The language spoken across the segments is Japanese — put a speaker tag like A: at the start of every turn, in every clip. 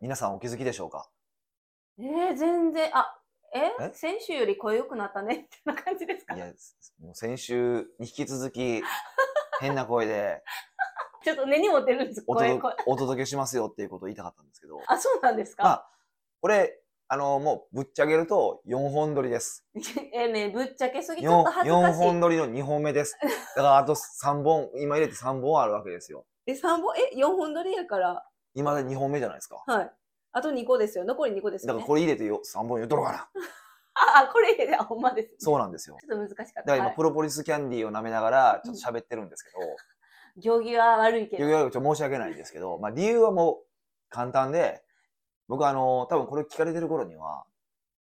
A: 皆さんお気づきでしょうか
B: えー、全然、あ、え
A: え
B: 先週より声良くなったね ってな感じですか
A: いや、もう先週に引き続 き、変な声で
B: ちょっと根に持ってるんです、
A: お
B: 声、
A: 届
B: 声。
A: お届けしますよっていうことを言いたかったんですけど、
B: あ、そうなんですか、
A: まあ、これ、あの、もうぶっちゃけると4本撮りです。
B: えーね、ぶっちゃけすぎちょっと
A: 4,
B: 恥ずかしい。
A: 本撮りの2本目です。だからあと3本、今入れて3本あるわけですよ。
B: え、三本、え、四本撮りやから、
A: 今で2本目じゃないですか。
B: はい。あと二個ですよ。残り二個です
A: だか
B: よ、ね。
A: らこれ入れてよ3本言うとろうかな。
B: あ、あこれ、あ、ほんまです。
A: そうなんですよ。
B: ちょっと難しかっ
A: だか
B: た。
A: ら今、
B: はい
A: プロポリスキャンディーを舐めながらちょっと喋ってるんですけど、
B: 行儀は悪いけ
A: いや
B: ど。
A: いやちょっと申し訳ないんですけど、まあ理由はもう簡単で、僕あの、多分これ聞かれてる頃には、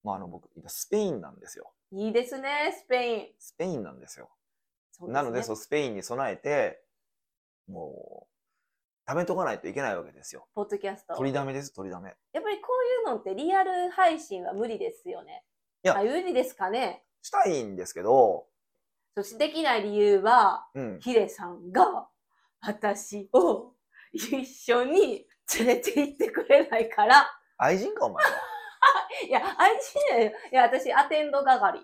A: まああの僕、今スペインなんですよ。
B: いいですね、スペイン。
A: スペインなんですよ。
B: そうすね
A: なので、そう、スペインに備えて、もう、貯めとかないといけないわけですよ。
B: ポッドキャスト。
A: 取りだめです、取りだめ。い
B: やっぱりこういうのってリアル配信は無理ですよね。
A: いや
B: あ無理ですかね。
A: したいんですけど、
B: そしてできない理由は、
A: うん。
B: ヒデさんが私を一緒に連れて行ってくれないから。
A: 愛人か、お前は。
B: いや、愛知ねよ。いや、私、アテンド係。い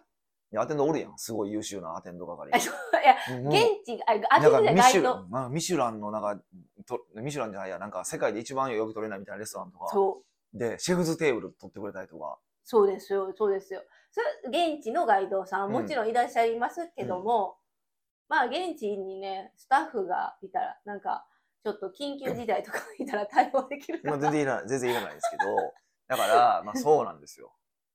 A: いやアテンドおるやん。すごい優秀なアテンド 係。
B: あそうや、
A: うん
B: 現地、あ
A: な
B: アテン
A: ん
B: ド
A: か
B: じゃ
A: ミ
B: ない
A: シュラ
B: の。
A: ン、まあミシュランのなんか、とミシュランじゃないや、なんか世界で一番よく取れないみたいなレストランとか、
B: そう、
A: で、シェフズテーブル取ってくれたりとか、
B: そうですよ、そうですよ。それ現地のガイドさんはもちろんいらっしゃいますけども、まあ、現地にね、スタッフがいたら、なんか、ちょっと緊急事態とかいたら対応できるな。
A: ま あ全然いらない、全然いらないですけど、だから、まあそうなんですよ。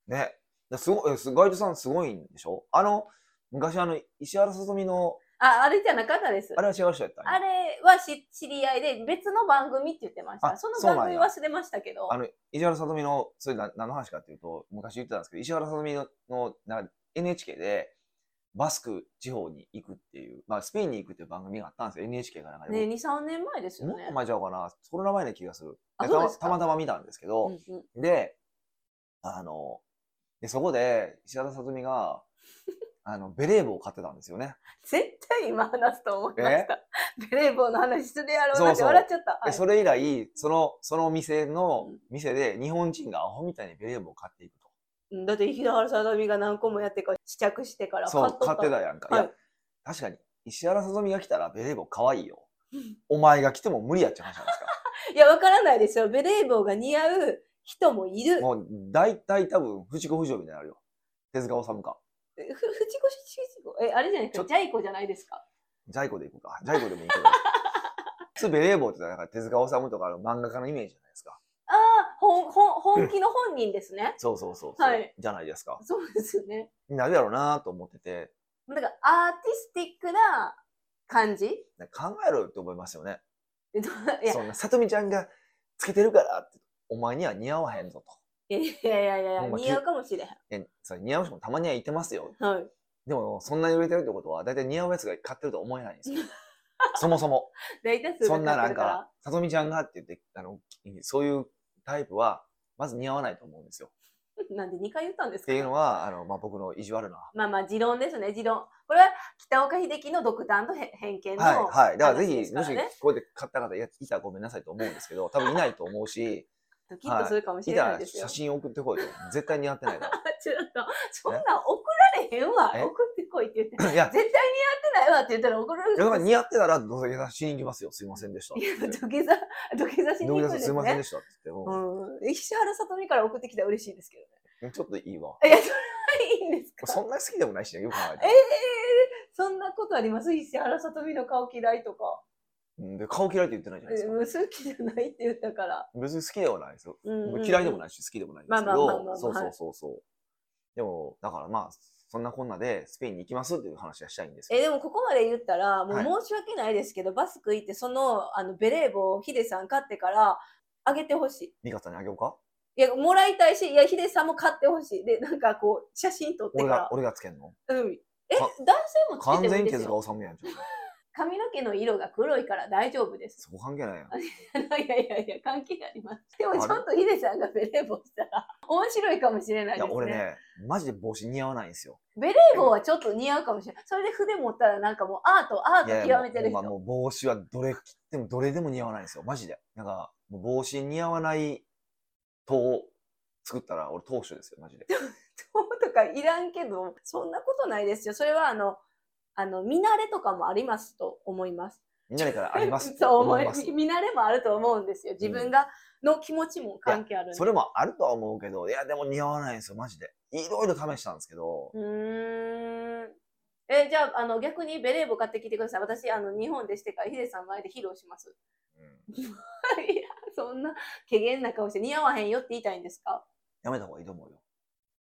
A: ね。ですごい、えすガイドさんすごいんでしょあの、昔あの、石原さとみの、
B: あ、あれじゃなかったです。
A: あれは違う人やったんや
B: あれはし知り合いで、別の番組って言ってました。
A: あ
B: その
A: そうな
B: 番
A: ん
B: 組
A: や
B: 忘れましたけど
A: あ、の、石原さとみの、それな何の話かっていうと、昔言ってたんですけど、石原さとみの、のなんか NHK で、バスク地方に行くっていう、まあ、スペインに行くっていう番組があったんですよ、NHK がなんかで。
B: ね、2、3年前ですよ
A: もっ
B: ね
A: と。前ちゃうかな、コロナ前な気がする。
B: あ
A: で
B: そう
A: たま
B: ですか
A: たまたま見たんですけど、
B: うんうん
A: で、あの、でそこで、石原さとみ が、あの、ベレー帽を買ってたんですよね。
B: 絶対今話すと思いま
A: え
B: した。ベレー帽の話するやろう
A: そ
B: な
A: う
B: って
A: そう
B: 笑っちゃった。
A: で、
B: はい
A: それ以来、その、その店の
B: うん、
A: 店で、日本人がアホみたいにベレー帽を買っていくと。
B: うんだって、石原さとみが何個もやってから試着してから
A: そう、
B: と
A: 買
B: っ
A: ってたやんか。い
B: は
A: や
B: い、
A: 確かに、石原さとみが来たらベレー帽可愛いよ
B: うん。
A: お前が来ても無理やっちゃう話なんですか。
B: いや、わからないですよ。ベレー帽が似合う人もいる。
A: もう、大体多分、藤子不二雄みたいになるよ。手塚治虫か。
B: ふ、ふちこしちこえ、あれじゃないです
A: ちょ
B: か。ジャイコじゃないですか。
A: ジャイコでいこうか。ジャイコでもいいけ ど。普通ベレー帽って言ったらなんか手塚治虫とかの漫画家のイメージじゃないですか。
B: ああ、ほん、ほん、本気の本人ですね。
A: そうそうそうそう、
B: はい
A: じゃないですか。
B: そうですよね。
A: なるやろうなと思ってて、
B: なんか、アーティスティックな感じ
A: なんか考えろよって思いますよね。
B: えどういや
A: そんな、さとみちゃんがつけてるからって、お前には似合わへんぞ
B: いやいやい やいや、
A: ほんま
B: 似合うかもしれへん。
A: と。え、それ似合う人もたまには言ってますよ。
B: はい。
A: でも、そんなに売れてるってことは、だいたい似合うやつが買ってるとは思えないんで すよ。そもそも。
B: 大多数
A: そんな
B: が買
A: なん
B: ってるら
A: か、さとみちゃんがって言って、あの、そういうタイプは、まず似合わないと思うんですよ。
B: なんで2回言ったんです
A: っ
B: か
A: ていうのは、あの、まあ、僕の意地悪な
B: まあまあ、持論ですね、持論。これは北岡秀樹の独断とへ偏見の。
A: はいはい。だからぜ
B: 話で
A: ひ、
B: す
A: も
B: か
A: し
B: ら
A: 聞
B: ね
A: こえて買った方いたらごめんなさいと思うんですけど、多分いないと思うし、
B: ドキッとするかもし
A: い
B: れ
A: た
B: ない
A: ら
B: ですよ。
A: 写真送ってこいと。絶対似合ってないか
B: ちょっと、そんなん送られへんわ。
A: え
B: 送ってこいって言って。
A: ら。いや、
B: 絶対似合ってないわって言ったら怒られ
A: いやだから
B: る。
A: 似合ってたら、土下座しに行きますよ。すいませんでした。
B: いや、土下座、土下座しに
A: 土
B: 行
A: 下
B: く
A: 座
B: んですす
A: いません
B: ね
A: で。したって言って、
B: うん。石原さとみから送ってきたら嬉しいですけど
A: うんちょっといいわ。
B: ね。いや、それはいいんですか
A: そんな好きでもないしね、よく考えた
B: ええ
A: ら
B: そんなことあります石原さとみの顔嫌いとか。
A: うんで顔嫌いって言ってないじゃないですか。
B: うん好きじゃないって言ったから。
A: 別に好きではないですよ。
B: うんうんうん
A: 嫌いでもないし、好きでもないんですけ
B: まあまあまあまあま
A: ど、
B: あ
A: そうそうそうそう。でも、だからまあ、そんなこんなでスペインに行きますっていう話はしたいんです
B: え
A: よ。
B: でもここまで言ったらも
A: はいう
B: 申し訳ないですけど、バスク行ってそのあのベレー帽をヒデさん買ってからあげてほしい。
A: ミカさんにあげようか
B: いやもらいたいしいやヒデさんも買ってほしい。でなんかこう写真撮って
A: 俺
B: か
A: が
B: ら、。
A: 俺がつけんの
B: うん、え
A: か
B: 男性もつ
A: 完
B: けてもい
A: 全
B: い
A: に手
B: です
A: 塚
B: よ。
A: 治虫やんちょっと。
B: 髪の毛の色が黒いから大丈夫です。
A: そこ関係ないやん。
B: いやいやいや関係あります。でもちょっとヒデさんがベレー帽したら面白いかもしれない
A: い
B: で
A: や、
B: す
A: 俺
B: ね。
A: ね、マジで帽子似合わないんですよ。
B: ベレー帽はちょっと似合うかもしれない。それで筆持ったらなんかもうアートア
A: い
B: ー
A: や
B: ト
A: いや
B: 極めてる
A: もうほんま。
B: 人
A: もう帽子はどれ切ってもどれでも似合わないんですよ。マジで。なんか、もう帽子似合わない塔を作ったら、俺、当主ですよ、マジで。
B: そうとかいらんけど、そんなことないですよ。それはあの、あの、見慣れとかもありますと思います。
A: みんなでからあります
B: そう
A: と
B: 思
A: 思
B: い
A: い
B: ま
A: ます
B: す。。見慣れもあると思うんですよ。自分が、の気持ちも関係あるんで
A: それもあるとは思うけど、いや、でも似合わないんですよ、マジで。いろいろ試したんですけど、
B: うーん。え、じゃあ、あの、逆にベレー帽買ってきてください。私、あの、日本でしてからヒデさん前で披露します。
A: うん
B: いや、そんな、けげんな顔して似合わへんよって言いたいんですか
A: やめた方がいいと思うよ。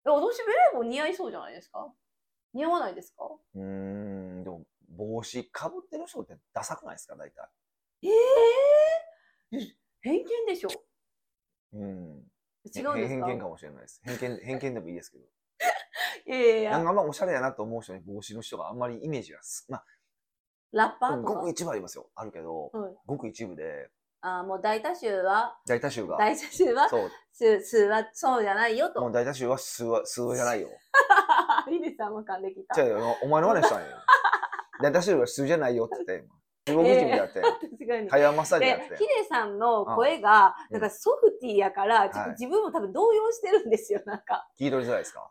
B: え私、ベレー帽似合いそうじゃないですか似合わないですか
A: うーん、でも、帽子かぶってる人ってダサくないですか、大体。
B: ええ偏見でしょ
A: うん。
B: 違うんですか
A: 偏見かもしれないです。偏見、偏見でもいいですけど。
B: いやいやい
A: なん
B: や、
A: かあんまおしゃれやなと思う人に帽子の人があんまりイメージがす、ま
B: ラッパ
A: あ、
B: ーと
A: ご
B: か
A: く。一部ありますよ。あるけど、
B: はい
A: ごく一部で、
B: あーもう大多数は、
A: 大多数が、
B: 大多数は、
A: そう、
B: 数数はそうじゃないよ
A: もう
B: と。
A: 大多数は数は、数じゃないよ。
B: ヒデさんも噛んできた。
A: 違うよ、お前の真似した んよ。大多数は数じゃないよって言って、今。中国人みたいだって、
B: 確かに。
A: 会話マッサージやっ
B: で
A: て
B: ヒ。デさんの声が
A: う
B: なんんかソフティーやから、ちょっ
A: はい
B: と自分も多分動揺してるんですよなんか
A: 聞い取りづらいですか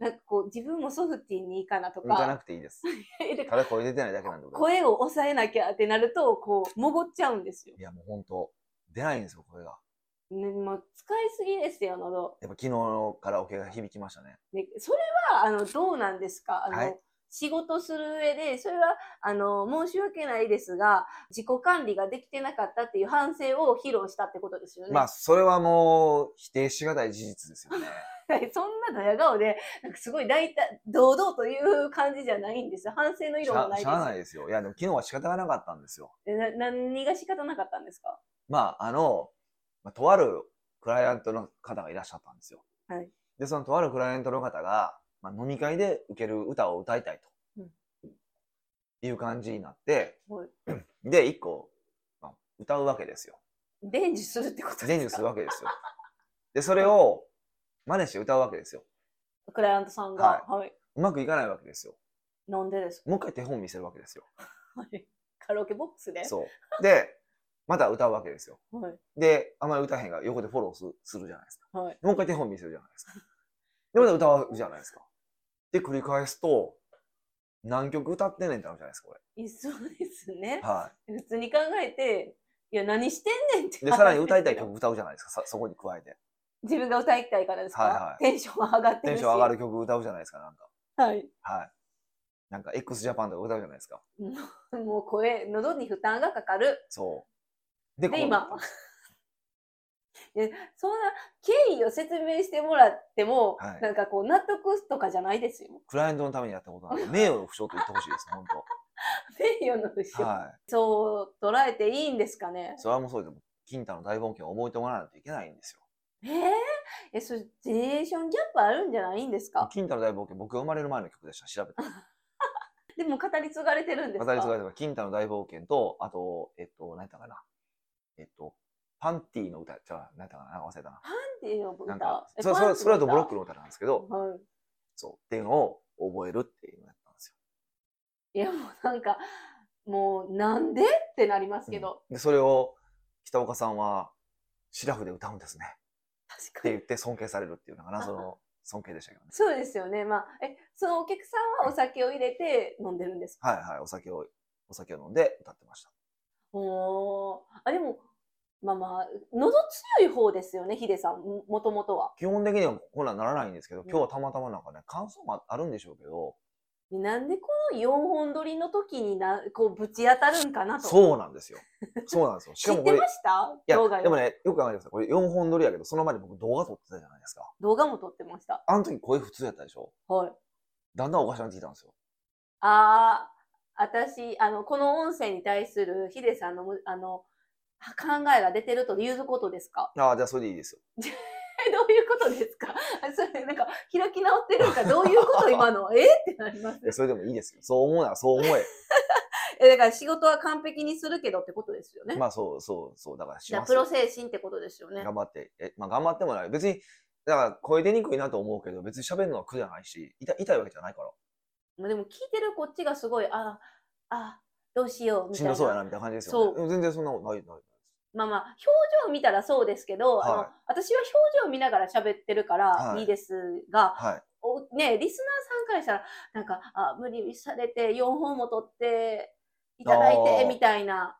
B: なんかこう自分もソフティーにいいかなと
A: 抜かな
B: か
A: くていいです。
B: で
A: ただ声出てないだけなんで。俺
B: 声を抑えなきゃってなるとこうもごっちゃうんですよ、
A: いや、もう本当出ないんですよ、声が。
B: ね、もう使いすぎですよ喉、
A: やっぱ昨日のカラオケが響きましたね。
B: ね、それはあのどうなんですかあの、
A: はい
B: 仕事する上でそれはあの申し訳ないですが自己管理ができてなかったっていう反省を披露したってことですよね。
A: まあ、それはもう、否定しがたい事実ですよね。
B: そんなドヤ顔で、なんかすごい大胆、堂々という感じじゃないんですよ。反省の
A: し
B: 色も
A: ゃ
B: ない
A: し
B: で
A: ゃあない
B: す
A: ですよ。いや、でも昨日は仕方がなかったんですよ。
B: えな。何が仕方なかったんですか
A: まあ、あの、まあとあるクライアントの方がいらっしゃったんですよ。
B: はい
A: で、そのとあるクライアントの方が、まあ、飲み会で受ける歌を歌いたいと、
B: うん
A: いう感じになって、
B: はい
A: で、一個、まあ、歌うわけですよ。
B: 伝授するっ てことですか
A: 伝授するわけですよ。で、それを真似して歌うわけですよ。
B: クライアントさんが、
A: は
B: はい、
A: うまくいかないわけですよ。
B: なんでです
A: もう一回手本見せるわけですよ。
B: か、はい、カラオケボックスで
A: そう。で、また歌うわけですよ。
B: はい。
A: で、あんまり歌へんが横でフォローすするじゃないですか。
B: はい。
A: もう一回手本見せるじゃないですか。で、また歌うじゃないですか。で、繰り返すと、何曲歌ってんねんってなるじゃないですか、これ。
B: いそうですね。
A: は
B: 普通に考えて、いや、何してんねんっ
A: い。
B: て。
A: で、さらに歌いたい。曲歌うじゃないですか、さそ こに加えて。
B: 自分が歌いたいからですか、
A: はいはい
B: テンションは上がって
A: テ
B: る
A: ン
B: し。
A: ション上がる曲歌うじゃないですか、なんか。
B: はい。
A: はい。なんか、x ジャパンとか歌うじゃないですか。
B: もう声、喉に負担がかかる。
A: そう。で
B: で
A: こう
B: 今そんな経緯を説明してもらっても、
A: はい
B: なんかこう納得とかじゃないですよ。
A: クライアントのためにやったことなんで、名誉の負傷と言ってほしいです、本
B: 名誉の不
A: 当。
B: 祥、
A: はい。
B: そう捉えていいんですかね。
A: それはもうそうでも、金太の大冒険を覚えてもらわないといけないんですよ。
B: えー、え、それジェネレーションギャップあるんじゃないんですか。
A: 金太の大冒険、僕が生まれる前の曲でした、調べて。
B: でも語り継がれてるんです
A: 語
B: か。
A: り継がれた金太の大冒険と、あと、えっと、何やったかな。えっと、パンティの歌、じゃあ、何やったかな、なんか忘れたな。
B: パンティの歌。
A: なんか、
B: え
A: それ、それ、それだとブロック。
B: パン
A: の歌なんですけど
B: ティ、の歌はい。
A: そう、っていうのを覚えるっていうのやったんですよ。
B: いやもうなんかもうなんでってなりますけど、
A: うんで、それを、北岡さんは、シラフで歌うんですね。っ
B: 確か
A: て
B: に
A: 言って尊敬されるっていうのかな、その、尊敬でしたけどね。
B: そうですよね。まあえそのお客さんはお酒を入れて飲んでるんですか。
A: はいはい、お酒を、お酒を飲んで歌ってました。
B: おーあでもまあまあ喉強い方ですよねヒデさんももともとは。
A: 基本的にはこんなんならないんですけど、
B: ん
A: 今日はたまたまなんかね、感想もああるんでしょうけど、
B: なんでこの4本撮りの時になこうぶち当たるんかなと。
A: そうなんですよ。そうなんですよ。し
B: 知
A: かも
B: っ
A: こ
B: て
A: れ、
B: ました
A: いや、
B: 動画
A: でも
B: よ、
A: ね、よく考えてください。これ4本撮りやけど、その前に僕動画撮ってたじゃないですか。
B: 動画も撮ってました。
A: あの時声普通やったでしょ
B: はい。
A: だんだんおかしなってきたんですよ。
B: ああ、私、あの、この音声に対するヒデさんのむ、あの、考えが出てるということですか
A: ああ、じゃあそれでいいですよ。
B: え どういうことですか それ、なんか、開き直ってるんか、どういうこと今の、 えってなります
A: い。やそれでもいいですよ。そう思うならそう思え。
B: え、だから仕事は完璧にするけどってことです よね。
A: まあそうそうそう。だからし
B: じゃあ、
A: ます
B: プロ
A: よ。
B: 精神ってことですよね。
A: 頑張って。え、まあ頑張ってもない。別に、だから声出にくいなと思うけど、別に喋るのは苦じゃないし、痛痛いわけじゃないから。
B: まあでも、聞いてるこっちがすごい、ああ、ああ、どうしよう、み
A: したん
B: い
A: ど
B: な。
A: そうやなみたいな感じですよ、ね。
B: そう
A: でも全然そんなことないないないです。
B: まあまあ、表情見たらそうですけど、
A: はい
B: あの私は表情見ながら喋ってるから
A: はい
B: いいですが、
A: はい。
B: おね、リスナーさんからしたら、なんか、あ無理されて4本も取っていただい
A: あ
B: て、
A: ー
B: みたいな。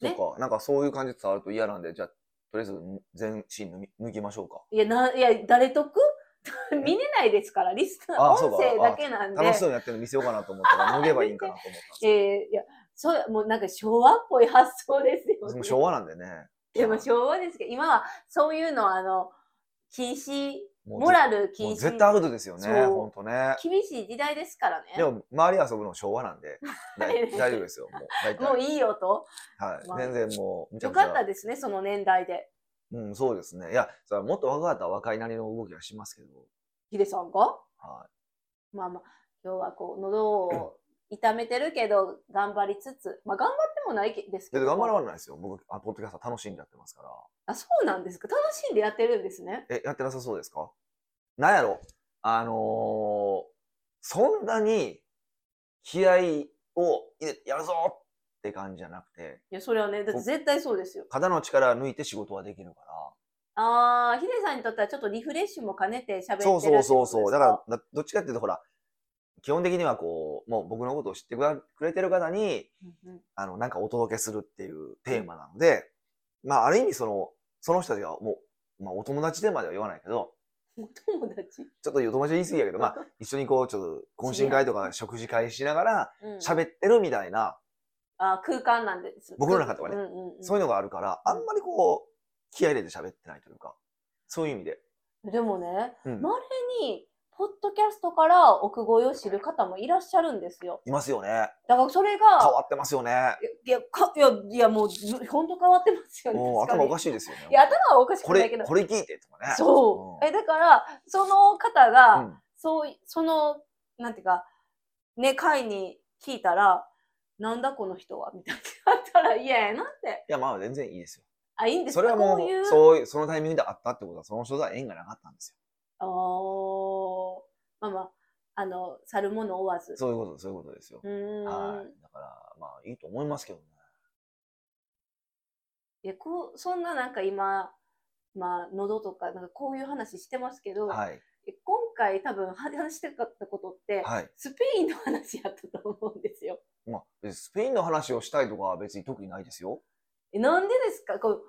B: ね
A: そうか。なんかそういう感じ伝わると嫌なんで、じゃあ、とりあえず全身脱ぎ脱ぎましょうか。
B: いや、な、いや、誰得 見れないですから、リスナー、
A: あーそう
B: 音
A: か
B: 声だけなんで。
A: 楽しそうにやってるの見せようかなと思ったら、脱げばいいんかなと思ったんですけ
B: えーいや、そう、もうなんか昭和っぽい発想ですよ、
A: ど。
B: ね。
A: でも昭和なんでね。
B: でも昭和ですけど、今はそういうのは、あの、禁止、
A: もう
B: モラ
A: も
B: ル禁
A: う
B: 止
A: 絶、対アウトですよね、
B: そう
A: ほんとね。
B: 厳しい時代ですからね。
A: でも、周り遊ぶの昭和 なんで、
B: い
A: 大大丈夫ですよ、もう。大体
B: もういいよと。
A: はい、
B: まあ
A: 全然もう、むちゃ
B: よ
A: くちゃ。
B: かったですね、その年代で。
A: うん、そうですね。いや、それはもっと若かったら若いなりの動きはしますけど、
B: ヒデさんが
A: は
B: まあまあ、今日はこう、喉を痛めてるけど、頑張りつつ、まあ頑張ってもないけです
A: い。
B: け
A: で、
B: ど。
A: 頑張らないですよ。僕、あポッドキャスト楽しんでやってますから。
B: あ、そうなんですか。楽しんでやってるんですね。
A: え、やってなさそうですかなんやろあのーそんなに気合を入れてやるぞって感じじゃなくて、
B: いや、それはね、だって絶対そうですよ。
A: 肩の力抜いて仕事はできるから。
B: ああ、ヒデさんにとってはちょっとリフレッシュも兼ねて喋ってるって
A: そ
B: こ
A: う
B: とで
A: そう
B: すか
A: そうそう。だから、だどっちかっていうと、ほら、基本的にはこう、もう僕のことを知ってくだくれてる方に、
B: うんうん
A: あの、なんかお届けするっていうテーマなので、まあ、ある意味その、その人たちがもう、まあ、お友達でまでは言わないけど、
B: お友達
A: ちょっとお友達言い過ぎやけど、まあ、一緒にこう、ちょっと懇親会とか食事会しながら
B: うん
A: 喋ってるみたいな、
B: あ空間なんです。
A: 僕の中ではね
B: うんうんうん
A: そういうのがあるから、あんまりこう、気合い入れて喋ってないというか、そういう意味で。
B: でもね、
A: うん
B: まれに、ポッドキャストから奥越えを知る方もいらっしゃるんですよ。
A: いますよね。
B: だからそれ
A: 変
B: が、
A: わってますよね。
B: いや、かいや、いやもう、本当変わってますよね。
A: もう
B: 確
A: 頭
B: か
A: お
B: に
A: かしいですよね。
B: いや、頭はおかし
A: こ
B: くな
A: れ、
B: いけど。
A: これ聞いてとかね。
B: そ
A: う
B: う。
A: ん
B: え、だから、その方が、
A: うん
B: そう、その、なんていうか、ね、会に聞いたら、なんだこの人はみたいになったら嫌やなって。
A: いや、まあ、全然いいですよ。
B: あ、いいんですか
A: それはも
B: こいう
A: う、そういう、そのタイミングであったってことは、その人とは縁がなかったんですよ。
B: あーまあまあ、あの、去るもの追わず。
A: そういうこと、そういうことですよ。
B: うーん。
A: はい。だから、まあ、いいと思いますけどね。
B: いやこうそんななんか今、まあ、喉とか、なんかこういう話してますけど、
A: はい。
B: え今回多分は話したかったことって、
A: はい。
B: スペインの話やったと思うんですよ。
A: まあ、別にスペインの話をしたいとかは別に特にないですよ。
B: えなんでですかこ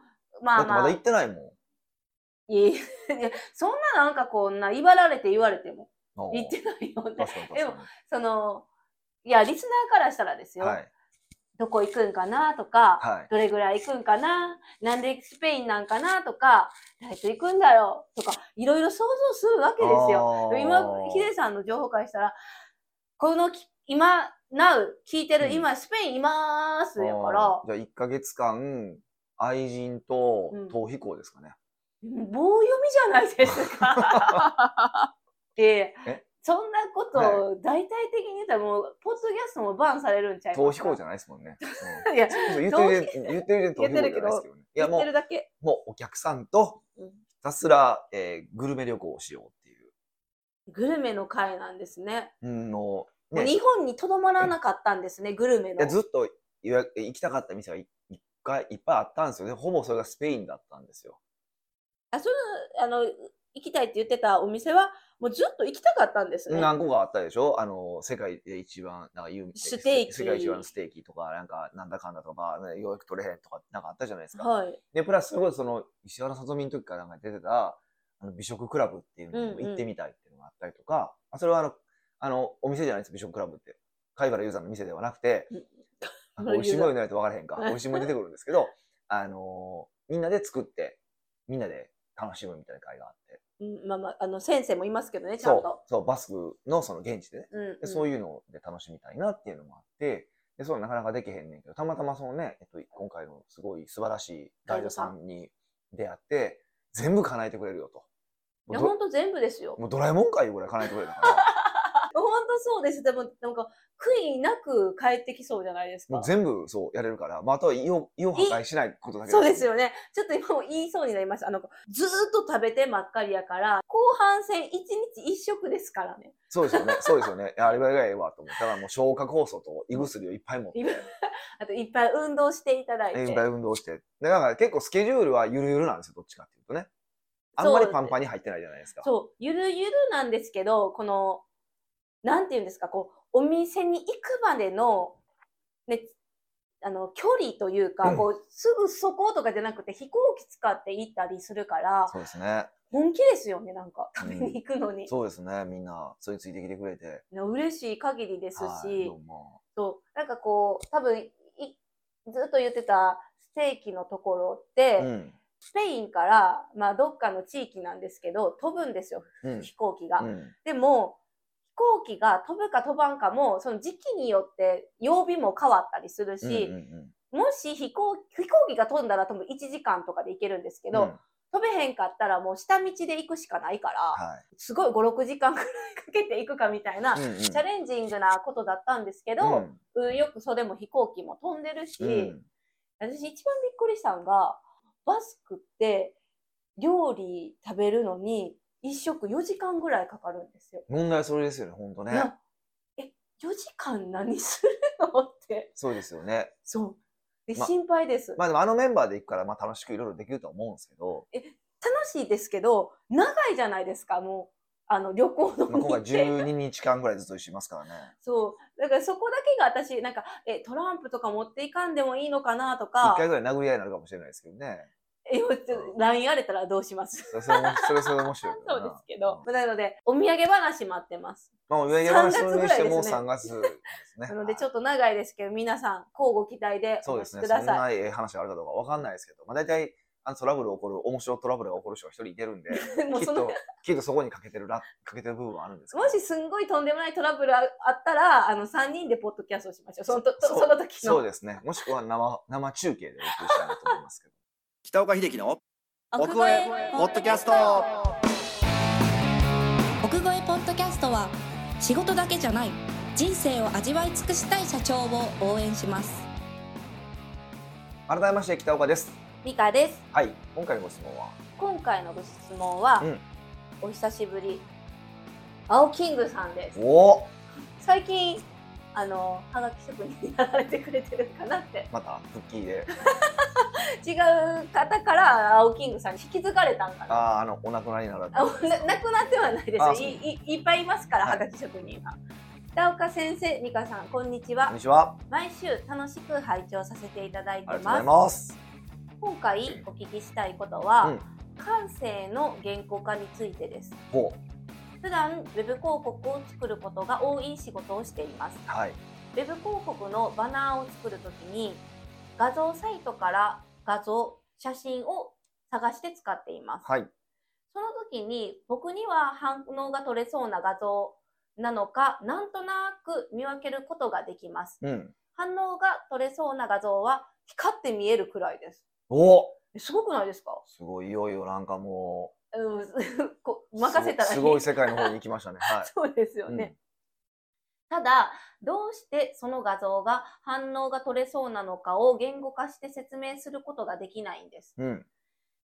B: う、ま
A: だ
B: あ
A: って
B: ま
A: ま
B: あ、
A: だ
B: い
A: 行ってないも
B: や いや、そんななんかこんな、威張られて言われても、
A: ん。ああ
B: 言ってないよ
A: 確
B: ね。
A: かに確
B: でも
A: か
B: その、いや、リスナーからしたらです
A: に。
B: よ、
A: はい。
B: どこ行くんかなとか、
A: はい。
B: どれぐらい行くんかななんでスペインなんかなとか、誰と行くんだろうとか、いろいろ想像するわけですよ。
A: よ
B: 今、ヒデさんの情報からしたら、このき今、Now、聞いて
A: う
B: る
A: ん
B: 今、スペインいまーすやから、
A: じゃあ、1ヶ月間、愛人と
B: うん
A: 逃避行ですかね。
B: 棒読みじゃないです か。で
A: え、
B: そんなこと
A: は
B: を大体的に言ったらもう、ポッドキャストもバンされるんちゃい
A: 逃
B: ます
A: 避
B: か
A: 行じゃないですもんね。
B: いや、
A: うんそう言ってる言ってる逃避行じゃないですけどね。い
B: 言
A: や、
B: っ
A: も
B: て
A: う
B: る、だけ。
A: もうお客さんと
B: うん
A: ひたすら、えーグルメ旅行をしようっていう。
B: グルメの回なんですね。
A: うんの、
B: もう
A: ね、
B: 日本にとどまらなかったんですね、グルメ
A: いや
B: の。
A: ずっと予約行きたかった店がいいっぱいいっぱいあったんですよね。ほぼそれがスペインだったんですよ。
B: あそれあの行きたいって言ってたお店は、もうずっと行きたかったんですね。
A: 何個かあったでしょあの、世界で一番、なんか有名
B: ステーキ
A: 世界一番のステーキとか、なんか、なんだかんだとか、ね、ようやく取れへんとか、なんかあったじゃないですか。
B: はい。
A: で、プラス、それこそその、石原さとみの時からなんか出てた、あの美食クラブっていうのにも行ってみたいっていうのがあったりとか、あそれはあの、あの、お店じゃないです、美食クラブって。貝原雄山の店ではなく て
B: うん、
A: あの美味しいもの言わないと分からへんか。
B: はい
A: 美味しいもの出てくるんですけど、あのーみんなで作って、みんなで楽しむみたいな会があって。
B: うんまあまあ、あの先生もいますけどね、ちゃ
A: そ
B: ん
A: う
B: と。、
A: そう、バスクのその現地でね。
B: うんうん
A: でそういうので楽しみたいなっていうのもあって、でそういうのなかなかできへんねんけど、たまたまそのね、えっと、今回のすごい素晴らしいガイドさんに出会って、全部叶えてくれるよと。
B: いや、
A: もう
B: 本当全部ですよ
A: ど。もうドラえもんかいうぐらい叶えてくれたから。
B: 本当そうです。でも、なんか、悔いなく帰ってきそうじゃないです
A: も
B: か
A: う。全部そうやれるから、まあ、あとは胃を胃を破壊しないことだけ
B: そうです
A: よ。
B: よね。ちょっと今も言いそうになりました。あの、ずーっと食べてばっかりやから、後半戦一日一食ですからね。
A: そうですよね。そうですよね。いやあれぐらいがええわと思う。だからもう消化酵素と胃薬をいっぱい持って、
B: あと、いっぱい運動していただいて。
A: いっぱい運動して。でだから結構スケジュールはゆるゆるなんですよ、どっちかっていうとね。あんまりパンパンに入ってないじゃないですか。
B: そう、ゆるゆるなんですけど、この、なんていうんですか、こう、お店に行くまでの、ね、あの、距離というか、
A: うん
B: こう、すぐそことかじゃなくて、飛行機使って行ったりするから、
A: そうですね。
B: 本気ですよね、なんか、
A: う
B: 食
A: ん
B: べに 行くのに。
A: そうですね。みんな、それについてきてくれて。
B: な嬉しい限りです
A: はい、
B: し
A: ど、うも。
B: そう、なんかこう、多分、いずっと言ってた、ステーキのところって、
A: うん。
B: スペインから、まあ、どっかの地域なんですけど、飛ぶんですよ、
A: うん。
B: 飛行機が。
A: うん
B: でも、飛行機が飛ぶか飛ばんかも、その時期によって曜日も変わったりするし、
A: うんうん
B: もし飛行飛行機が飛んだら多分1時間とかで行けるんですけ
A: うん
B: ど、
A: うん
B: 飛べへんかったらもう下道で行くしかないから、
A: は
B: すごい5、6時間くらいかけて行くかみたいな、
A: い。うんうん
B: チャレンジングなことだったんですけど、うんよくそれも飛行機も飛んでるし、
A: うんうん
B: 私一番びっくりしたのが、バスクって料理食べるのに1食4時間ぐらいかかるんですよ。
A: 問題はそれですよね、本当ね。
B: なえ、4時間何するのって。
A: そうですよね。
B: そう。で、
A: ま
B: 心配です、
A: まあでもあのメンバーで行くから、まあ楽しくいろいろできるとは思うんですけど、
B: 楽しいですけど、長いじゃないですか、もう。あの、旅行の
A: まあ、今回
B: 日程。
A: 12日間ぐらいずっと一緒にいますからね。
B: そう。だからそこだけが私、なんか、え、トランプとか持っていかんでもいいのかなと
A: 一
B: か、
A: 回ぐらい殴り合いになるかもしれないですけどね。
B: え、ちょっと LINE やれたらどうします
A: それそれもそれ それ面白い
B: そうですけど。。なので、お土産話待ってます。
A: まあ、お土産話
B: 3
A: それに
B: 月
A: してもう
B: ぐら
A: 3
B: い
A: 月です ね。
B: なので、ちょ
A: っと。
B: っと長いですけど、皆さん、交互期待で
A: そ
B: お
A: うで
B: 待
A: す
B: ち
A: ね。
B: く
A: そ
B: だ
A: ん
B: さい。
A: なええ話があるかどうかわかんないですけど、まあ、大体、あのトラブル起こる、面白いトラブルが起こる人が一人いてるんで、
B: も
A: き
B: う
A: っ
B: その
A: と、きっとそこにかけてるら、かけてる部分はあるんですけど
B: もしすんごいとんでもないトラブルああったら、あの、3人でポッドキャストをしましょう。そのとと
A: そう
B: その時
A: そう
B: の。
A: ですね。もしくは生、生中継でお送りしたいなと思いますけど。
C: 北岡秀樹の奥越えポッドキャスト
D: 奥越えポッドキャストは仕事だけじゃない人生を味わい尽くしたい社長を応援します
A: 改めまして、北岡です。
B: ミカです。
A: はい。今回のご質問は、
B: 今回のご質問は、
A: うん
B: お久しぶり、青キングさんです。
A: おお
B: 最近、あの、はがき職人にやられてくれてるかなって。
A: また、復帰で。
B: 違う方から青キングさんに引き継がれたんか
A: あ
B: な。
A: あ、あの、お亡くなりになられ
B: あ
A: た
B: もうななくなってはないです
A: あ
B: よ。
A: そう
B: いいいっぱいいますから、
A: は
B: はいがき職人は。北岡先生、ミカさん、こんにちは
A: こん。にちは。
B: 毎週楽しく拝聴させていただいて
A: ありがとうご
B: ま
A: ざ
B: す
A: い。ます。
B: 今回お聞きしたいことは、
A: うん
B: 感性の言語化についてです
A: ほ
B: 普段ウェブ広告を作ることが多い仕事をしています
A: う。はい。
B: ウェブ広告のバナーを作るときに画像サイトから画像写真を探して使っています
A: はい。
B: その時に僕には反応が取れそうな画像なのかなんとなく見分けることができます
A: うん。
B: 反応が取れそうな画像は光って見えるくらいです
A: おお
B: えすごくないですか
A: すごい、いよいよなんかも
B: うん、 こ
A: う、
B: 任せたら
A: すごいすごい世界の方に行きましたね。はい。
B: そうですよね。ただ、どうしてその画像が反応が取れそうなのかを言語化して説明することができないんです。
A: うん。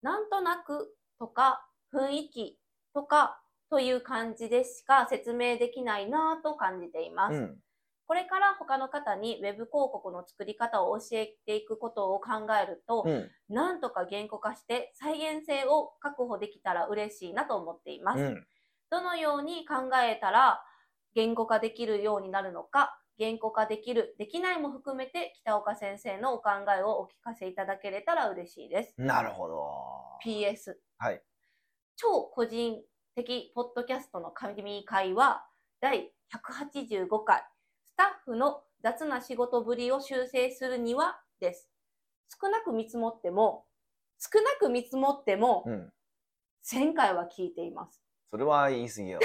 B: なんとなくとか雰囲気とかという感じでしか説明できないなぁと感じています。
A: うん。
B: これから他の方に Web 広告の作り方を教えていくことを考えると、
A: うん。
B: なんとか言語化して再現性を確保できたら嬉しいなと思っています。
A: うん。
B: どのように考えたら言語化できるようになるのか、言語化できる、できないも含めて北岡先生のお考えをお聞かせいただけれたら嬉しいです。
A: なるほど。
B: PS。
A: はい。
B: 超個人的ポッドキャストの神会は第185回スタッフの雑な仕事ぶりを修正するにはです。少なく見積もっても、少なく見積もっても
A: うん。
B: 1000回は聞いています。
A: それは言い過ぎやわ。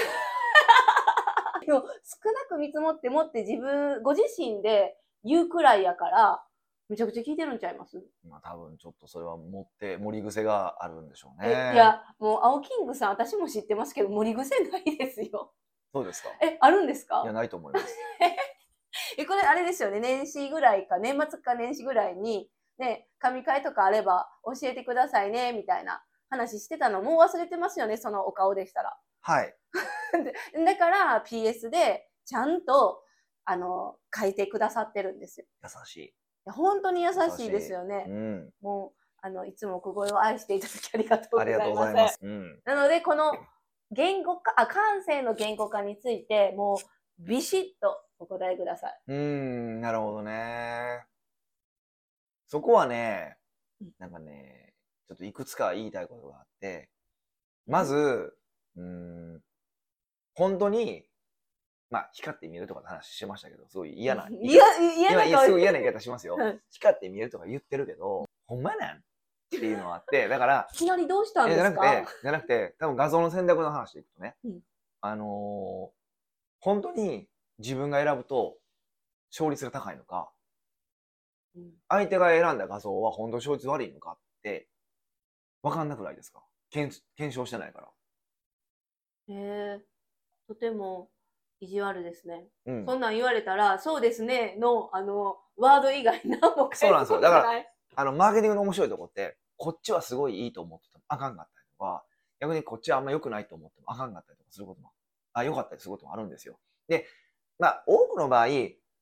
B: でも少なく見積もってもって自分、ご自身で言うくらいやから、めちゃくちゃ聞いてるんちゃいます、
A: まあ多分ちょっとそれは持って、盛り癖があるんでしょう
B: え
A: ね。
B: いや、もう青キングさん、私も知ってますけど、盛り癖ないですよ。
A: そうですか。
B: え、あるんですか
A: いや、ないと思います。
B: え、これあれですよね。年始ぐらいか、年末か年始ぐらいに、ね、神会とかあれば教えてくださいね、みたいな話してたの、もう忘れてますよね、そのお顔でしたら。
A: はい。
B: でだから PS でちゃんと、あの、書いてくださってるんですよ。
A: 優しい。
B: いや本当に優しいですよね
A: う。ん。
B: もう、あの、いつも奥声を愛していただきありがとうご
A: あ
B: ざ
A: り
B: い
A: がとうござ
B: ます
A: い。ます。うん。
B: なので、この言語化、あ、感性の言語化について、もう、ビシッとお答えください。
A: うーん、なるほどね。そこはね、なんかね、ちょっといくつか言いたいことがあって、まず、うーん、本当に、まあ、光って見えるとかの話してましたけど、すごい嫌 な。
B: いや、嫌
A: 今
B: ない
A: や
B: 顔
A: すごい嫌な言い方しますよ
B: うん。
A: 光って見えるとか言ってるけど、ほんまやなんっていうのがあって、だから、
B: いきなりどうしたん
A: え
B: で
A: じゃな
B: す
A: くて
B: か、
A: じゃなくて、多分画像の選択の話でいくとね、
B: うん
A: あのー本当に自分が選ぶと勝率が高いのか、
B: うん
A: 相手が選んだ画像は本当に勝率悪いのかって、わかんなくないですか検検証してないから。
B: えーとても意地悪ですね。
A: うん
B: そんなん言われたら、そうですね、の、あの、ワード以外何も
A: そうなんですよだから
B: ら、
A: あの、マーケティングの面白いとこって、こっちはすごいいいと思っててもあかんかったりとか、逆にこっちはあんま良くないと思ってもあかんかったりとかすることも、あ、良かったりすることもあるんですよ。で、まあ、多くの場合、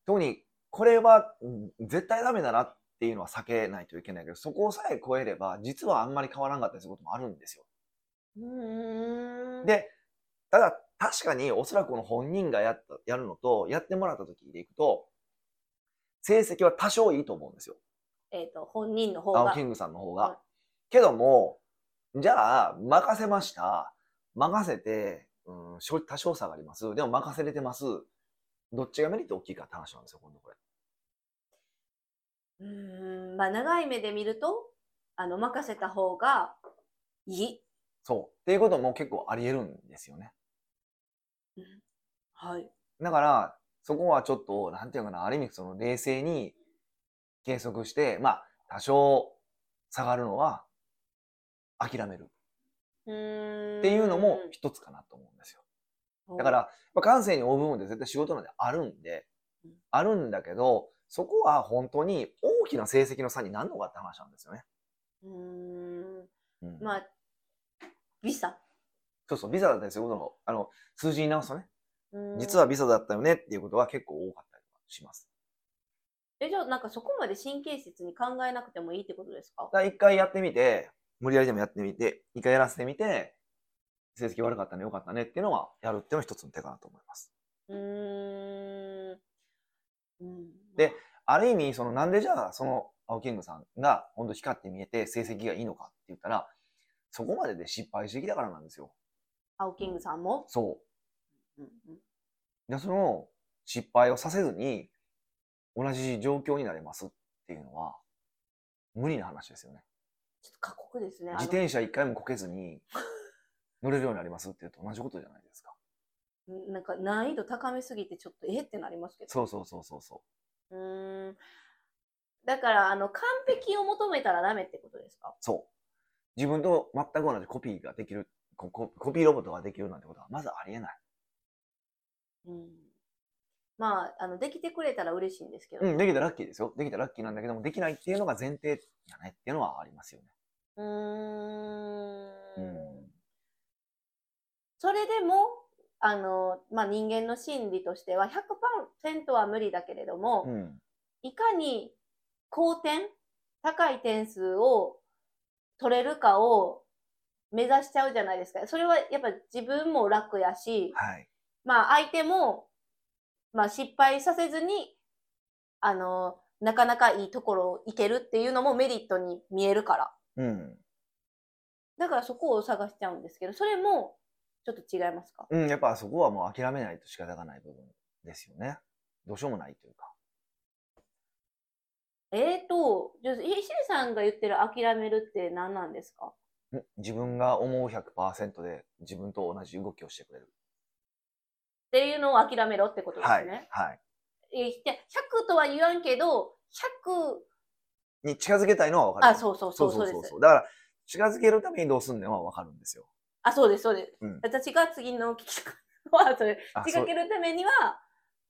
A: 特にこれはうん絶対ダメだなっていうのは避けないといけないけど、そこをさえ超えれば、実はあんまり変わらんかったりすることもあるんですよ。
B: うーん。、
A: で、ただ確かにおそらくこの本人がやったやるのと、やってもらった時でいくと、成績は多少いいと思うんですよ。
B: えっ、と、本人の方
A: 青
B: が
A: キ。ングさんの方
B: はい
A: が。けども、じゃあ、任せました。任せて、うん、しょ多少差があります。でも任せれてます。どっちがメリット大きいかって話なんですよ、今度これ。
B: うーん、まあ、長い目で見ると、あの、任せた方がいい。
A: そう。っていうことも結構あり得るんですよね。
B: はい。
A: だから、そこはちょっと、なんていうのかな、ある意味その冷静に計測して、まあ、多少下がるのは諦める
B: うーん。
A: っていうのも一つかなと思うんですよ。だから、、まあ、感性に負う部分って絶対仕事なんであるんで
B: うん、
A: あるんだけど、そこは本当に大きな成績の差になんのかって話なんですよね。
B: うーん。
A: うん
B: まあ、ビサ。
A: そうそう、ビザだったりすることの、あの、数字に直すとね、
B: うーん
A: 実は。ビザだったよねっていうことが結構多かったりはします。
B: え、じゃあ、なんかそこまで神経質に考えなくてもいいってことですか
A: だから一回やってみて、無理やりでもやってみて、一回やらせてみて、成績悪かったね、良かったねっていうのは、やるっていうのは一つの手かなと思います。
B: うーん。うん、
A: である意味、そのなんでじゃあ、その青キングさんが本当光って見えて成績がいいのかって言ったら、そこまでで失敗してきたからなんですよ。
B: 青キングさんも、
A: そ
B: うんうん
A: う。で、その失敗をさせずに、同じ状況になれますっていうのは、無理な話ですよね。
B: ちょっと過酷ですね。あの
A: 自転車一回もこけずに、乗れるようになりますっていうと同じことじゃないですか。
B: なんか難易度高めすぎてちょっとえってなりますけど。
A: そうそうそうそうそう
B: ーん。だから、あの、完璧を求めたらダメってことですか
A: う。そう。自分と全く同じコピーができる、コココピーロボットができるなんてことは、まずありえない。
B: うん。まあ、あの、できてくれたら嬉しいんですけど。
A: うん、できたらラッキーですよ。できたらラッキーなんだけども、できないっていうのが前提じゃないっていうのはありますよね。
B: うー。
A: うんん。
B: それでも、あの、まあ、人間の心理としては100%は無理だけれども、
A: うん。
B: いかに高点、高い点数を取れるかを目指しちゃうじゃないですか。それはやっぱ自分も楽やし、
A: はい。
B: まあ相手も、まあ失敗させずに、あの、なかなかいいところをいけるっていうのもメリットに見えるから。
A: うん。
B: だからそこを探しちゃうんですけど、それもちょっと違いますか
A: うん、やっぱそこはもう諦めないと仕方がない部分ですよね。どうしようもないというか。
B: えーと、じゃあ、石井さんが言ってる諦めるって何なんですか
A: ん自分が思う100%で自分と同じ動きをしてくれる。
B: っていうのを諦めろってことです
A: はい
B: ね。。
A: はい。
B: えーひて100とは言わんけど、100、
A: に近づけたいのは分かる。
B: あ、そうそうそう、そうです。
A: だから、近づけるためにどうすんのは分かるんですよ。
B: あ、そうです、そうです。
A: うん
B: 私が次の聞きはそれ
A: あ
B: 仕掛けるためには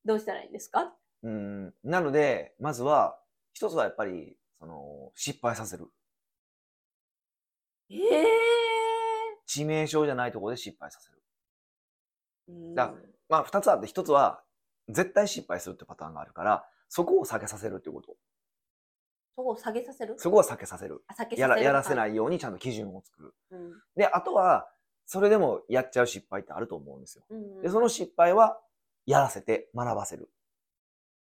B: どうしたらいいんですか
A: そううんなので、まずは、一つはやっぱり、その、失敗させる。
B: ええ
A: 致命傷じゃないところで失敗させる。
B: ー
A: だまあ、二つあって、一つは、絶対失敗するってパターンがあるから、そこを避けさせるっていうこと。
B: そこを下げさせる
A: そこは避けさせる。
B: あ下げさせる
A: やらやらせ
B: い、
A: ないようにちゃんと基準を作る。
B: うん
A: で、あとは、それでもやっちゃう失敗ってあると思うんですよ。
B: うん
A: で、その失敗は、やらせて学ばせる。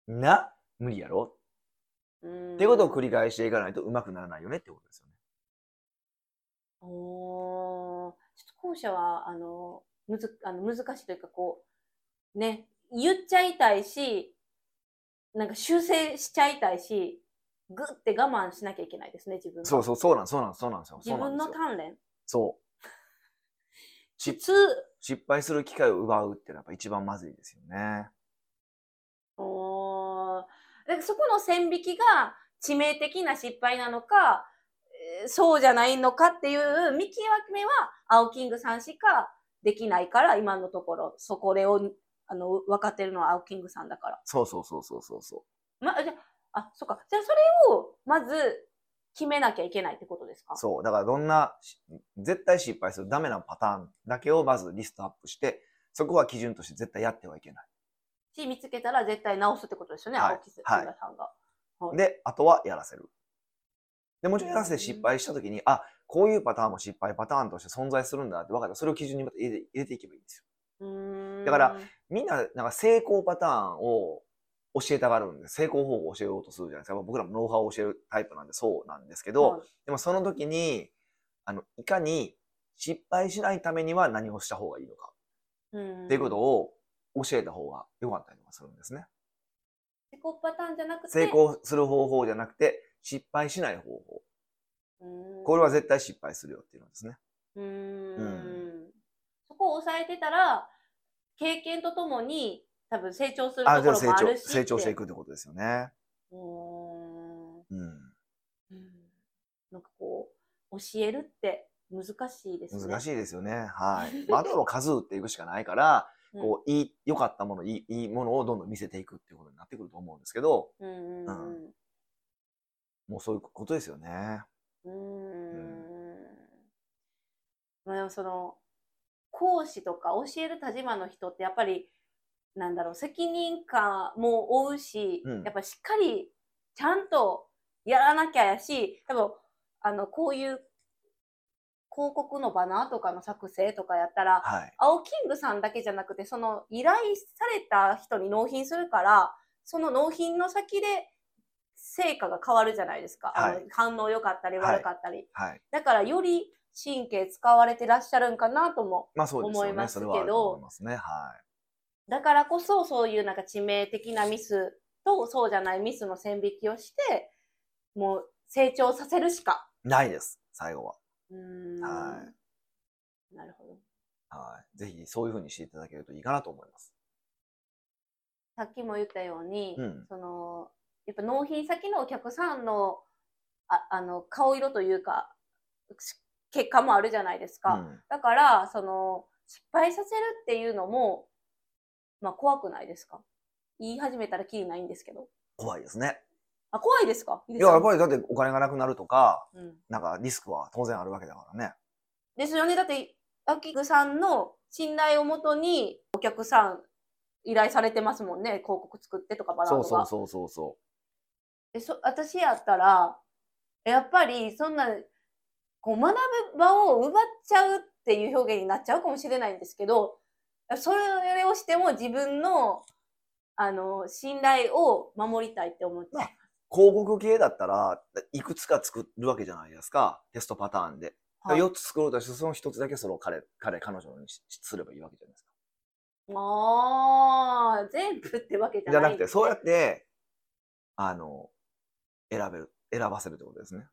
A: な、無理やろ
B: うん
A: っていうことを繰り返していかないとうまくならないよねってことですよね。
B: おーちょっと後者は、あの、むず、あの難しいというか、こう、ね、言っちゃいたいし、なんか修正しちゃいたいし、ぐって我慢しなきゃいけないですね、自分が
A: そうそう、そうなん、そうなん、そうなんですよ。
B: 自分の
A: そうなんですよ
B: 鍛錬。
A: そう。
B: き
A: し
B: つ、
A: 失敗する機会を奪うってのはやっぱ一番まずいですよね。
B: おーだからそこの線引きが致命的な失敗なのか、えーそうじゃないのかっていう見極めは、青キングさんしかできないから、今のところ、そこれを、あの、分かってるのは青キングさんだから。
A: そうそうそうそうそうそ
B: ま、じゃあ、あ、そっか。じゃあ、それを、まず、決めなきゃいけないってことですか
A: う。そう。だからどんなし、絶対失敗するダメなパターンだけをまずリストアップして、そこは基準として絶対やってはいけない。
B: し、見つけたら絶対直すってことですよね、
A: はい
B: 青木さんが。はい
A: で、あとはやらせる。で、もちろんやらせて失敗したときに、あ、こういうパターンも失敗パターンとして存在するんだって分かった。それを基準にまた入れて入れていけばいいんですよ。
B: うーん
A: だから、みんな、なんか成功パターンを教えたがるんで、成功方法を教えようとするじゃないですか。まあ僕らもノウハウを教えるタイプなんでそうなんですけど、
B: はい
A: でもその時に、あの、いかに失敗しないためには何をした方がいいのか
B: うん
A: っていうことを教えた方が良かったりとかするんですね。
B: 成功パターンじゃなくて、
A: 成功する方法じゃなくて、失敗しない方法。
B: うーん。
A: これは絶対失敗するよっていうのですね。
B: うー。
A: うん
B: そこを抑えてたら、経験とともに、多分成長すると
A: あ、
B: こ
A: じゃあ
B: ろ
A: 成
B: もあ
A: 長、
B: るしって。
A: 成長していくってことですよね。
B: うーん。
A: うん。
B: うんなんかこう、教えるって難しいですね。
A: 難
B: い。
A: しいですよね。 はい。まあ、あとはもう数打っていくしかないから、
B: うん
A: こう、いい、良かったもの、いい、いいものをどんどん見せていくっていうことになってくると思うんですけど、
B: うんうんうん。
A: もうそういうことですよね。
B: うーん。まあでもその、講師とか教える立場の人ってやっぱり、なんだろう、責任感も負うし、
A: うん
B: やっぱしっかりちゃんとやらなきゃやし、多分、あの、こういう広告のバナーとかの作成とかやったら、
A: はい。
B: 青キングさんだけじゃなくて、その依頼された人に納品するから、その納品の先で成果が変わるじゃないですか。あの
A: はい
B: 反応良かったり
A: はい
B: 悪かったり。
A: はい。
B: だからより神経使われてらっしゃるんかなとも。
A: まあそうですよね。
B: 思います
A: それはある
B: けど
A: と思いますね。は
B: だからこそそういうなんか致命的なミスとそうじゃないミスの線引きをして、もう成長させるしか。
A: い。ないです。最後は。
B: うーん
A: は
B: なるほど。
A: はい。ぜひ、そういうふうにしていただけるといいかなと思います。
B: さっきも言ったように、
A: うん
B: そのやっぱ納品先のお客さんのああの顔色というかし結果もあるじゃないですか、
A: うん
B: だからその失敗させるっていうのも、まあ、怖くないですか言い始めたらきりないんですけど
A: 怖いですね。
B: あ怖いですかいい
A: い
B: です
A: や、
B: よ
A: やっぱりだってお金がなくなるとか、
B: うん、
A: なんかリスクは当然あるわけだからね。
B: ですよねだってアキグさんの信頼をもとにお客さん依頼されてますもんね広告作ってとかバランと
A: そ
B: か
A: うそうそうそうそ
B: えそ私やったらやっぱりそんなこう学ぶ場を奪っちゃうっていう表現になっちゃうかもしれないんですけどそれをしても自分のあの信頼を守りたいって思っちゃう。
A: う。広告系だったら、いくつか作るわけじゃないですか。テストパターンで。
B: はい
A: 4つ作ろうとして、その1つだけそれを彼、彼、彼女にしすればいいわけじゃないですか。
B: ああ全部ってわけじゃ
A: じゃな
B: な
A: いくて、そうやって、あの、選べる、選ばせるってことですね。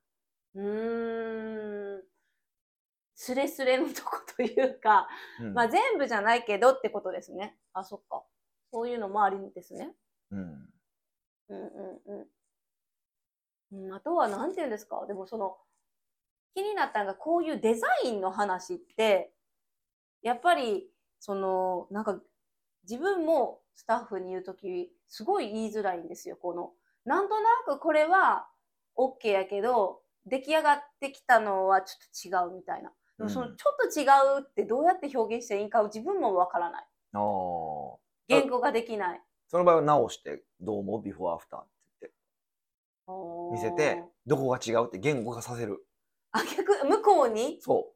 B: うーんスレスレのとこというか、
A: うん。
B: まあ、全部じゃないけどってことですね。あそっかそういうのもありですね。
A: うん、
B: うんうんうんうん。あとは何て言うんですかでもその気になったのがこういうデザインの話ってやっぱりその、なんか、自分もスタッフに言うとき、すごい言いづらいんですよ、この。なんとなくこれは OK やけど、出来上がってきたのはちょっと違うみたいな。でもその
A: うん
B: ちょっと違うってどうやって表現していいかを自分もわからない。
A: あー
B: 言語ができない。
A: その場合は直して、どうも、ビフォーアフターって言って、見せて、どこが違うって言語化させる。
B: あー。あ、逆、向こうに
A: そ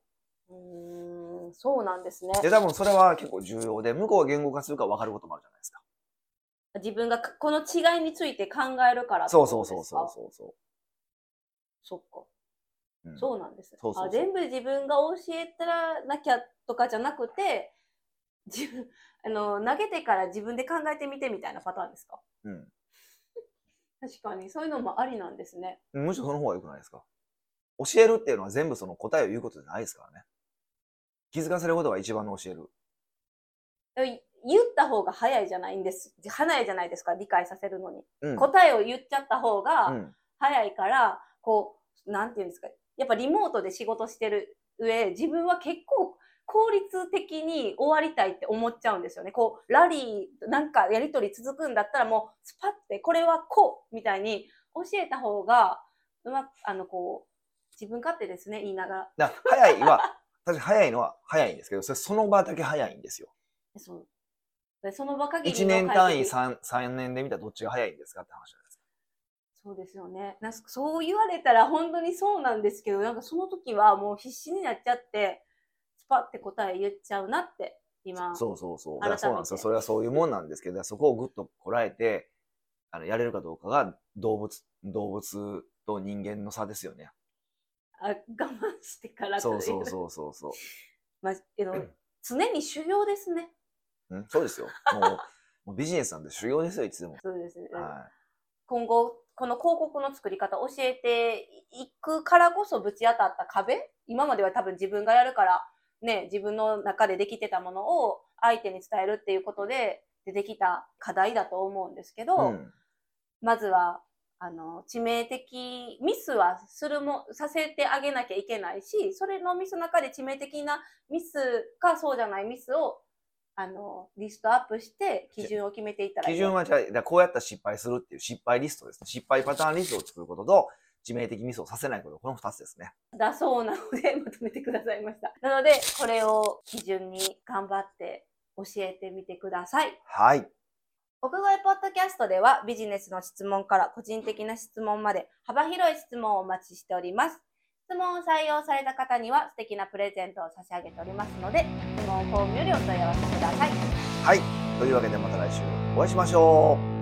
A: う
B: ーん、そうなんですね
A: う。。で、多分それは結構重要で、向こうが言語化するから分かることもあるじゃないですか。
B: 自分がかこの違いについて考えるから
A: そうそうそうそう
B: う。
A: そうそ
B: そっか。
A: う。うん
B: そうなんですね。
A: そうそうそう
B: あ全部自分が教えたらなきゃとかじゃなくて、自分 あの投げてから自分で考えてみてみたいなパターンですか
A: うん
B: 確かに、そういうのもありなんですね。
A: むしろその方が良くないですか教えるっていうのは全部その答えを言うことじゃないですからね。気づかせることが一番の教える。
B: い言った方が早いじゃないんです。早いじゃないですか、理解させるのに。
A: うん。
B: 答えを言っちゃった方
A: う
B: が
A: ん、
B: 早いから、こう、なんていうんですか。やっぱリモートで仕事してる上、自分は結構効率的に終わりたいって思っちゃうんですよね。こう、ラリー、なんかやりとり続くんだったらもう、スパって、これはこうみたいに教えた方が、うまく、あの、こう、自分勝手ですね、言いながら。
A: だから早いは、 確かに早いのは早いんですけど、それその場だけ早いんですよ。
B: そうでその場限り
A: 1
B: の
A: 年
B: 解
A: 単位
B: 析
A: 3, 3年で見たらどっちが早いんですかって話じゃないですか。
B: そうですよね。なんかそう言われたら本当にそうなんですけど、なんかその時はもう必死になっちゃって、スパって答え言っちゃうなって、今。
A: そうそうそう。だから
B: 改めて
A: そうなんですよ。それはそういうもんなんですけど、そこをぐっとこらえて、あのやれるかどうかが動物、動物と人間の差ですよね。
B: あ我慢してからとい。
A: そううそうそうそうそう。
B: まあ、あの常に修行ですね。
A: うん、そうですよ。もう、 もうビジネスなんで修行ですよ、いつでも。
B: そうですね。
A: は
B: 今後、この広告の作り方教えていくからこそぶち当たった壁今までは多分自分がやるから、ね、自分の中でできてたものを相手に伝えるっていうことで出てきた課題だと思うんですけど、
A: い。うん。
B: まずは、あの、致命的、ミスはするも、させてあげなきゃいけないし、それのミスの中で致命的なミスかそうじゃないミスを、あの、リストアップして、基準を決めていったらいい。
A: 基準はじゃあ、だからこうやったら失敗するっていう失敗リストですね。失敗パターンリストを作ることと、致命的ミスをさせないこと、この2つですね。
B: だそうなので、まとめてくださいました。なので、これを基準に頑張って教えてみてください。
A: はい。
B: 屋外ポッドキャストではビジネスの質問から個人的な質問まで幅広い質問をお待ちしております。質問を採用された方には素敵なプレゼントを差し上げておりますので、質問フォームよりお問い合わせください。
A: というわけでまた来週お会いしましょう。